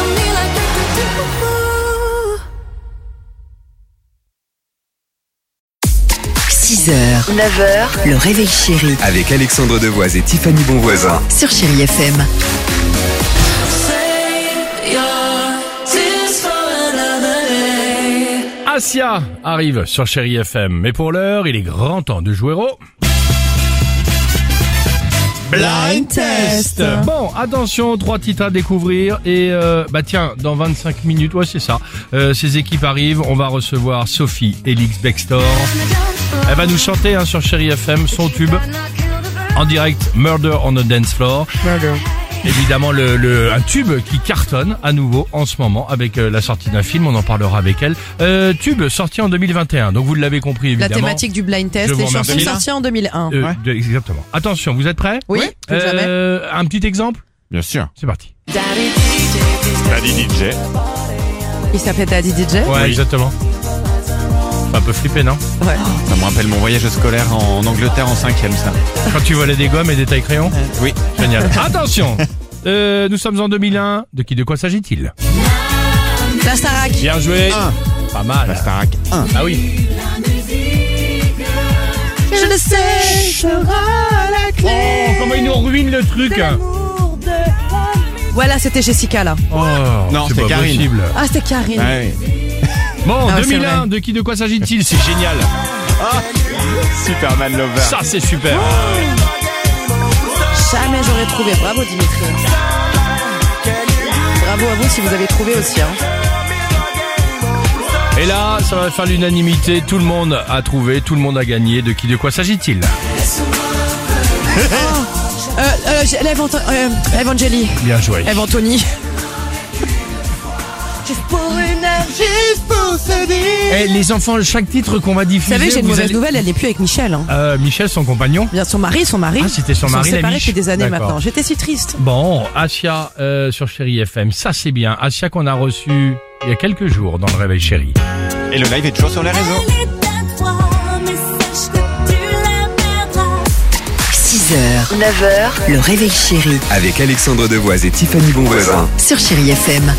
on me like do, do, do, do. 6h, 9h, le réveil chéri Avec Alexandre Devoise et Tiffany Bonvoisin. sur Chérie FM. Save your tears for another day. Asia arrive sur Chéri FM. Mais pour l'heure, il est grand temps de jouer au. Blind test. Bon, attention, trois titres à découvrir et euh, bah tiens, dans 25 minutes, ouais c'est ça. Euh, ces équipes arrivent, on va recevoir Sophie Elix Bextor. Elle va nous chanter hein, sur Chéri FM son tube en direct Murder on the Dance Floor. Évidemment, le, le- un tube qui cartonne à nouveau en ce moment avec euh, la sortie d'un film. On en parlera avec elle. Euh, tube sorti en 2021. Donc vous l'avez compris La évidemment. thématique du blind test, Je les vous remercie. chansons sorties en 2001. Euh, de- exactement. Attention, vous êtes prêts Oui, plus jamais. Euh, Un petit exemple Bien sûr. C'est parti. Daddy DJ. Il s'appelait Daddy DJ. Ouais, exactement. T'as un peu flippé, non Ça me rappelle mon voyage scolaire en Angleterre en 5ème, ça. Quand tu volais des gommes et des tailles crayons Oui. Génial. Attention Euh, Nous sommes en 2001. De qui, de quoi s'agit-il La Starac. Bien joué. Un. Pas Bah, mal. Starac 1. Ah oui. Je le sais. Oh, comment ils nous ruinent le truc Voilà, c'était Jessica là. Oh, Non, c'est c'est pas Karine. possible. Ah, c'était Karine. Ouais. Bon, Ah ouais, c'est 2001. vrai. De qui, de quoi s'agit-il C'est génial. Superman Lover. Ça, c'est super. Jamais j'aurais trouvé. Bravo Dimitri. Bravo à vous si vous avez trouvé aussi. hein. Et là, ça va faire l'unanimité. Tout le monde a trouvé, tout le monde a gagné. De qui, de quoi s'agit-il Euh, euh, j'ai- Eve Anto- euh, Eve Angeli. Bien joué. Eve Anthony. Juste pour une heure, juste pour se dire. Eh, les enfants, chaque titre qu'on va Vous diffuser. savez, j'ai une vous mauvaise allez- nouvelle, elle n'est plus avec Michel. hein. Euh, Michel, son compagnon. Bien, son mari, son mari. Ah, c'était son Ils sont mari, la séparés Mich. depuis des années D'accord. maintenant. J'étais si triste. Bon, Asia euh, sur Chéri FM, ça c'est bien. Asia qu'on a reçu il y a quelques jours dans le Réveil Chéri. Et le live est toujours sur les réseaux. Elle est à toi, mais sache que tu la perdras. 6h, 9h, le réveil chéri Avec Alexandre Devoise et Tiffany Bonvoisin. sur Chérie FM.